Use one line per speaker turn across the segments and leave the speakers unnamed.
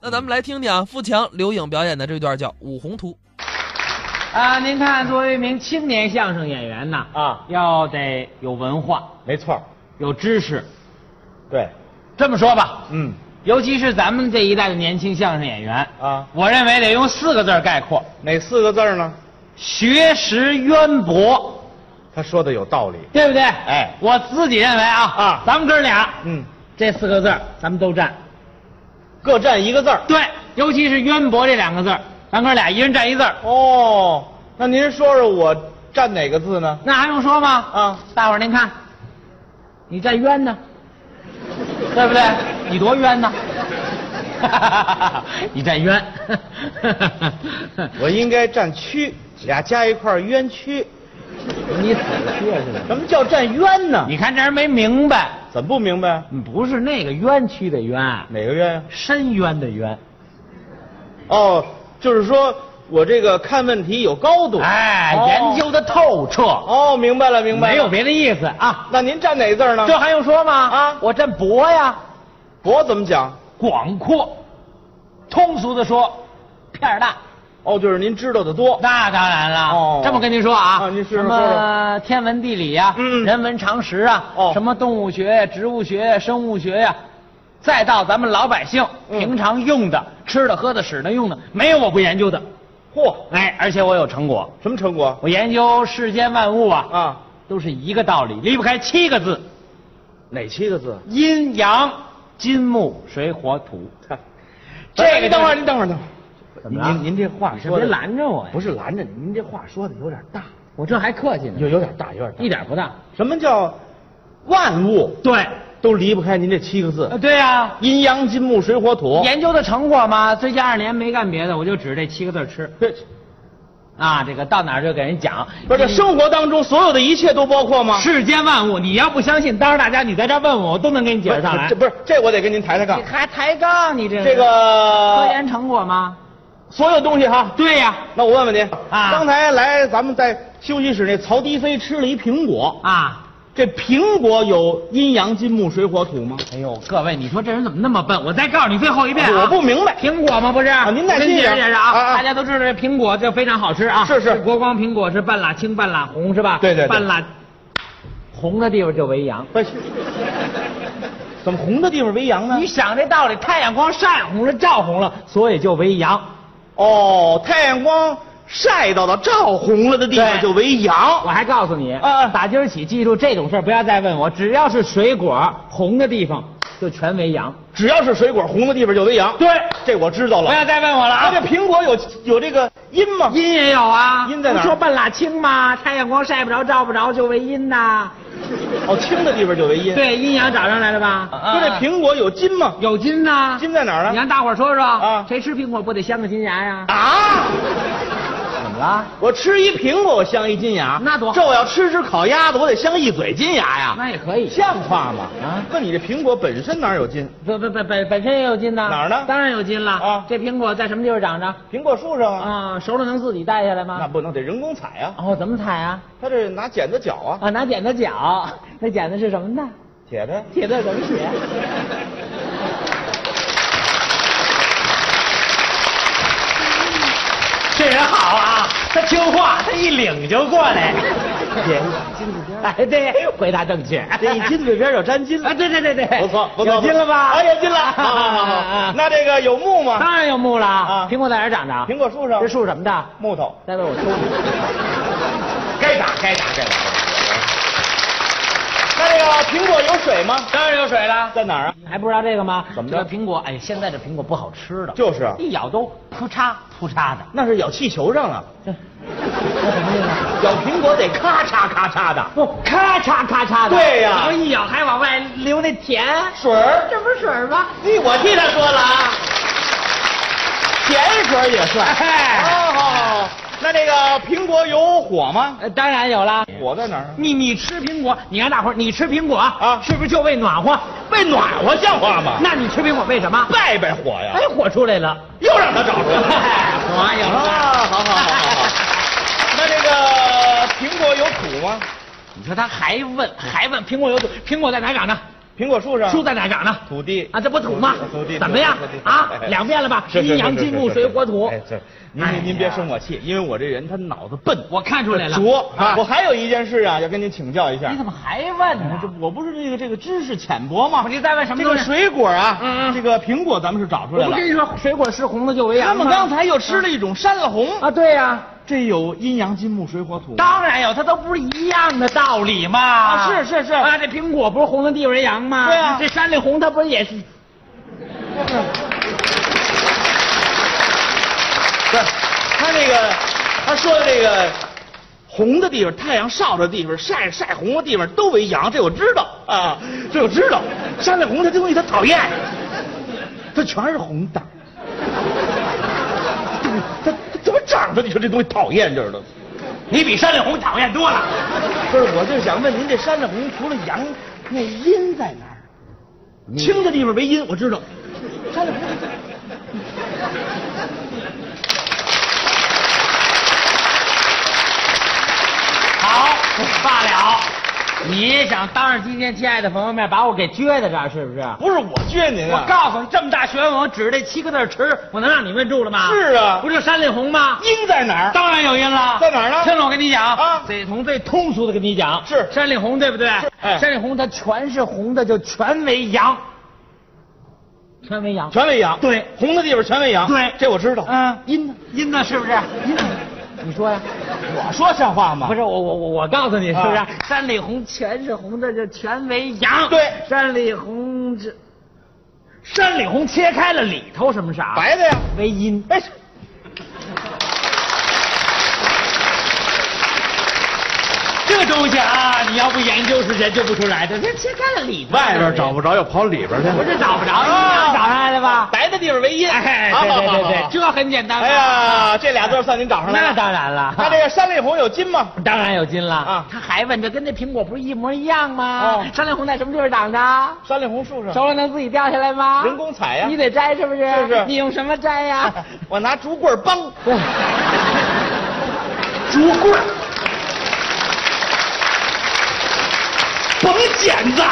那咱们来听听啊，付强、刘颖表演的这段叫《五红图》。
啊，您看，作为一名青年相声演员呐，
啊
要得有文化，
没错儿，
有知识。
对，
这么说吧，
嗯，
尤其是咱们这一代的年轻相声演员
啊
我认为得用四个字儿概括：
哪四个字儿呢？
学识渊博，
他说的有道理。
对不对？
哎
我自己认为啊，
啊
咱们哥俩，
嗯，
这四个字儿咱们都占。
各占一个字儿。
对，尤其是渊博这两个字儿，咱哥俩一人占一字儿，
哦，那您说说我占哪个字呢？
那还用说吗？
啊，
大伙儿您看，你占冤呢，对不对？你多冤呢？ 你占冤。
我应该占屈，俩加一块儿冤屈。
你死缺去了。
什么叫占冤呢？
你看这人没明白，
怎么不明白？啊
不是那个冤屈的冤，
哪个冤呀、啊
深渊的冤。
哦，就是说我这个看问题有高度。
哎，
哦
研究的透彻，
哦，明白了，明白了。
没有别的意思啊。
那您占哪个字儿呢？
这还用说吗？
啊
我占博呀，
我怎么讲？
广阔，通俗的说，片儿大。
哦，就是您知道的多。
那当然了，
哦
这么跟您说啊，
啊您试试
什么天文地理呀、
嗯
人文常识啊，
哦
什么动物学、植物学、生物学呀、再到咱们老百姓、
嗯
平常用的、吃的、喝的、使的、用的，没有我不研究的。
嚯，
哎，而且我有成果，
什么成果？
我研究世间万物啊，
啊，
都是一个道理，离不开七个字：
哪七个字？
阴阳、金木水火土。
这
这
个
个
哎等
等会儿您
会儿，您等会儿，等会
怎么了
儿。您您这话
你是
说
别
的
拦着我呀！
不，是拦着您，您这话说的有点大，
我这还客气呢，
有有点大，有点大。
一点不大。
什么叫万物
对，呃
都离不开您这七个字？
对呀、
阴阳金木水火土。
研究的成果嘛，最近二年没干别的，我就指着这七个字儿吃
这
啊。这个到哪儿就给人讲，
不是这
嗯
生活当中所有的一切都包括吗？
世间万物，你要不相信，当着大家你在这儿问我，我都能给你解释上来。
这不是这我得跟您抬抬杠
你。还抬杠，你这
这
科
个
研成果吗？
所有东西哈，
对呀、
那我问问您
啊
刚才来咱们在休息室那曹迪飞吃了一苹果，
啊，
这苹果有阴阳金木水火土吗？
哎呦，各位，你说这人怎么那么笨？我再告诉你最后一遍、啊，
我不明白。
苹果吗？不是，
您耐心一
一
点
点啊！
啊啊
大家都知道这苹果这非常好吃啊，
是是
这国光苹果是半拉青半拉红是吧？
对对对
半拉红的地方就为阳。
不是，哎怎么红的地方为阳呢
你？想这道理，太阳光晒红了，照红了，所以就为阳。
哦，太阳光晒到了照红了的地方
对
就为
我
阳。
还告诉你，
啊
打今儿起记住这种事儿不要再问我，只要是水果红的地方就全为阳。
只要是水果红的地方就为阳。，这我知道
不
了。
要再问我了
啊，
啊
这！苹果有有这个阴吗？
阴也有啊，
阴在哪儿
不说半拉青吗？太阳光晒不着，照不着就为阴呐。
哦，青的地方就为阴。，
对，阴阳找上来了吧？
说这苹果有金吗？
有金呐，
嗯金在哪儿
你
呢？
让大伙儿说说
啊
谁吃苹果不得镶个金牙呀？
啊！
怎么了？
我吃一苹果，我镶一金牙，
那多好
这我要吃只烤鸭子，我得镶一嘴金牙呀，
那也可以。
像话吗？
啊
问你这苹果本身哪儿有金？
不不不本本身也有金呐，
哪儿呢
当然有金了
啊
这苹果在什么地方长着？
苹果树上啊，
啊，熟了能自己带下来
那
吗？
不能得人工采啊，
哦，怎么采啊？
他这拿剪子绞啊，
啊，拿剪子绞，那剪子是什么呢？
铁的。
铁字怎么 写？这人好啊，他听话，他一领就过来。
铁金子边
哎，对，回答正确。
这一金子边有沾金
啊，
了，
对对对对，
不错不错，
有金了吧？啊
哎，有 金了，好好好好。那这个有木吗？
当然有木了。
啊
苹果在哪儿长着？
苹果树上
这树什么的？
木头，
待会儿我抽你。
该打该打该打。那这个苹果有水吗？
当然有水了。
在哪儿啊？
还不知道这个吗？
怎么
这
着
苹果，哎呀，现在这苹果不好吃了，
就是啊
一咬都扑嚓扑嚓的。
那是咬气球上了，
那什么意思？
咬苹果得咔嚓咔嚓的。
不，哦咔嚓咔嚓的。
对呀
然后一咬还往外流那甜，
水儿，
这不是水儿吗？
嘿，我替他说了啊，甜水儿也算。
哎，
哦，那这个苹果有火吗？
呃当然有啦。
火在哪儿啊？
你你吃苹果，你看大伙儿，你吃苹果
啊
是不是就为暖和？
被暖和像话吗？
那你吃苹果为什么？
拜拜火呀
哎，火出来了。
又让他找出来
哎
了。
火有了
啊，好好好好 好。那这个苹果有土吗？
你说他还问还问苹果有毒，苹果在哪长着？
苹果树上，
树在哪长呢？
啊土地
啊，这不土吗？
土地
怎么样
土地
啊
哎？
两遍了吧？
是是是
阴阳金木
是是
水火土
哎，这您
哎呀
您别生我气，因为我这人他脑子笨，
我看出来了。
拙
啊
我还有一件事啊，要跟您请教一下。
你怎么还问呢？
这我不是这个这个知识浅薄吗？
你再问什么
这
东
个
西
水果啊，
嗯嗯
这个苹果咱们是找出
我
来
不
了。
跟你说，水果吃红的就为
他
阳吗？
们刚才又吃了一种山了红，
啊，对呀，
这有阴阳金木水火土吗。
当然有，它都不是一样的道理嘛。
啊是是是
啊，这苹果不是红的地为阳吗？
对啊
这山里红它不是也是？
不是，他那个他说的这个红的地方，太阳照的地方，晒晒红的地方都为阳，这我知道啊，这我知道。山里红的东西他讨厌，它全是红的。它它怎么长的？你说这东西讨厌这儿的。
你比山里红讨厌多了。
不是，我就想问您，这山里红除了阳，那阴在哪儿？青的地方为阴，我知道。山里红。
好，罢了。你想当着今天亲爱的朋友面把我给撅在这儿是不是？
不是我撅您啊
我告诉你，这么大学问，我指着这七个字儿吃，我能让你问住了吗？
是啊
不就山里红吗？
阴在哪儿？
当然有音了，
在哪儿呢
听着，我跟你讲
啊
得从最通俗的跟你讲，
是
山里红，对不对？
是哎
山里红它全是红的，就全为阳，全为阳。
全为阳。
对
红的地方全为阳。
对
这我知道。
嗯，
阴呢？
阴呢是不是？阴呢？你说呀、
我说像话吗？
不是我我我我告诉你是不是？
啊
山里红全是红的，就全为阳。
对
山里红这，山里红切开了里头什么色儿？啊
白的呀。
为阴。
哎，
这个东西啊，你要不研究是研究不出来的，这切开了里头。
不着，要跑里边去
不是找不着，
啊
你找上来的吧？
白的地方为阴。啊
哎，
好
对
好
对
好
对
好
对，这很简单吧。啊
哎呀，这俩字儿算您找上来了。
那当然了。
那这个山里红有金吗？
当然有金了
啊
他还问这跟那苹果不是一模一样吗
哦？
山里红在什么地方长的？
山里红树上。
熟了能自己掉下来吗？
嗯人工采呀
你得摘是不是？
是是
你用什么摘呀？
我拿竹棍儿梆。
哦竹棍，
甭剪子，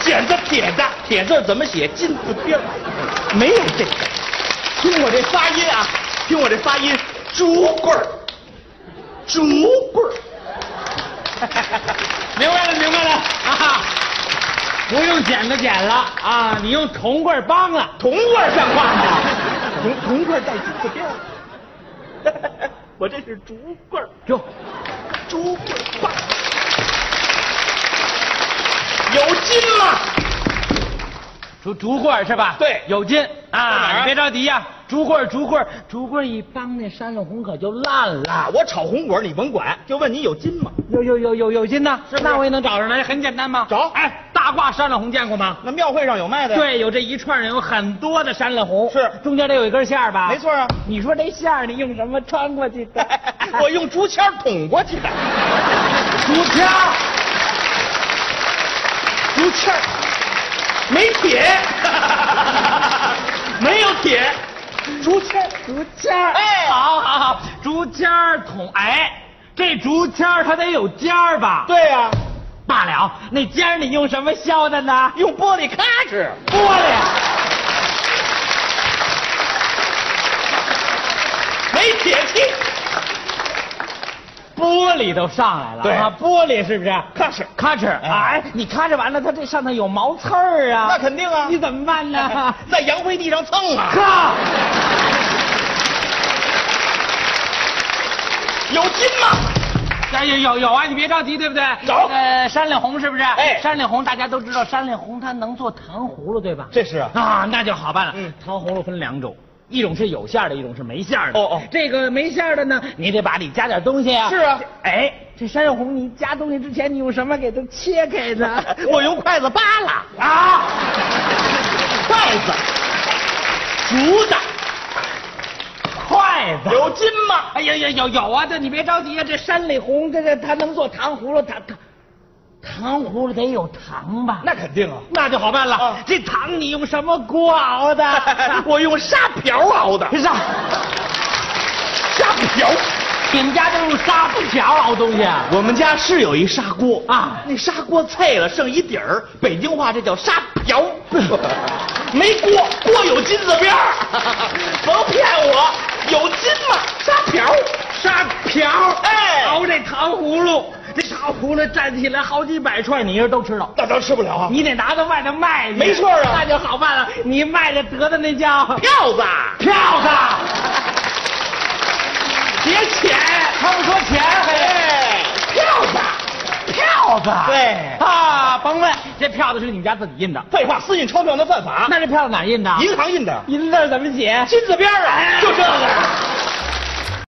剪子铁的，铁字怎么写？金字边儿，没有这个。听我这发音啊，听我这发音，竹棍儿，竹棍儿。
明白了，明白了啊！不用剪子剪了啊，你用铜棍帮了。
铜棍儿像话 吗？铜铜棍儿带金字边儿。我这是竹棍儿，
哟，
竹棍儿棒。有金吗？
竹竹棍是吧？
对
有劲
在哪儿
啊！
啊
你别着急呀、竹棍竹棍竹棍一帮，那山里红可就烂
啊
了。，
我炒红果儿你甭管，就问你有金吗？
有有有有有劲呐，
是不是
那我也能找上来，很简单嘛。
找
哎，大褂山里红见过吗？
那庙会上有卖的呀。
对，有这一串有很多的山里红，
是
中间得有一根线儿吧？
没错 啊。？
你说这线儿你用什么穿过去的
我用竹签儿捅过去的，
竹签儿，
竹签儿没铁， 没有铁，竹签儿
竹签儿。
哎
好好好，竹签儿筒，哎，这竹签儿它得有尖儿吧？，
对啊呀、
罢了，那尖儿你用什么削的呢？
用玻璃咔哧。
玻璃。
没铁器，
玻璃都上来了，
对
啊，玻璃是不是？
咔哧
咔哧，哎，你咔哧完了，它这上头有毛刺儿啊，
那肯定啊
你怎么办呢？
在洋灰地上蹭啊，
咔。
有金吗？
哎，有有有啊！你别着急，对不对？
有
呃，山里红是不是？
哎
山里红大家都知道，山里红它能做糖葫芦，对吧？
这是啊
啊，那就好办了。
嗯
糖葫芦分两种，一种是有馅儿的，一种是没馅儿的。
哦哦
这个没馅儿的呢，你得把里加点东西啊。
是啊。
哎，这山里红你加东西之前，你用什么给它切开呢？
我用筷子扒拉，
啊，
筷子，竹子，
筷子。
有金吗？
哎呀呀，有有啊！这你别着急啊，这山里红，这这它能做糖葫芦，糖糖糖葫芦得有糖吧？
那肯 定啊，
那就好办了。
啊
这糖你用什么锅熬的 啊
啊？我用沙瓢熬的，
上
沙瓢，
你们家都是砂不巧老东西啊！
我们家是有一砂锅
啊
那砂锅碎了，剩一底儿，北京话这叫砂瓢， 没锅，锅有金子边 儿，甭骗我，有金吗？砂瓢，
砂瓢，
哎
熬这糖葫芦，这糖葫芦站起来好几百串，你一人都吃到。
那咱吃不了啊，
你得拿到外头卖去，
没错啊
那就好办了。你卖了得的那 叫
票子，啊
票子，
别钱，
他们说钱嘿，
哎，票子，
票子，
对
啊，甭问，这票子是你们家自己印的，
废话，私印钞票那犯法，
那这票子哪儿印的？
啊银行印的，
银字儿怎么写？
金子边儿啊，就这个。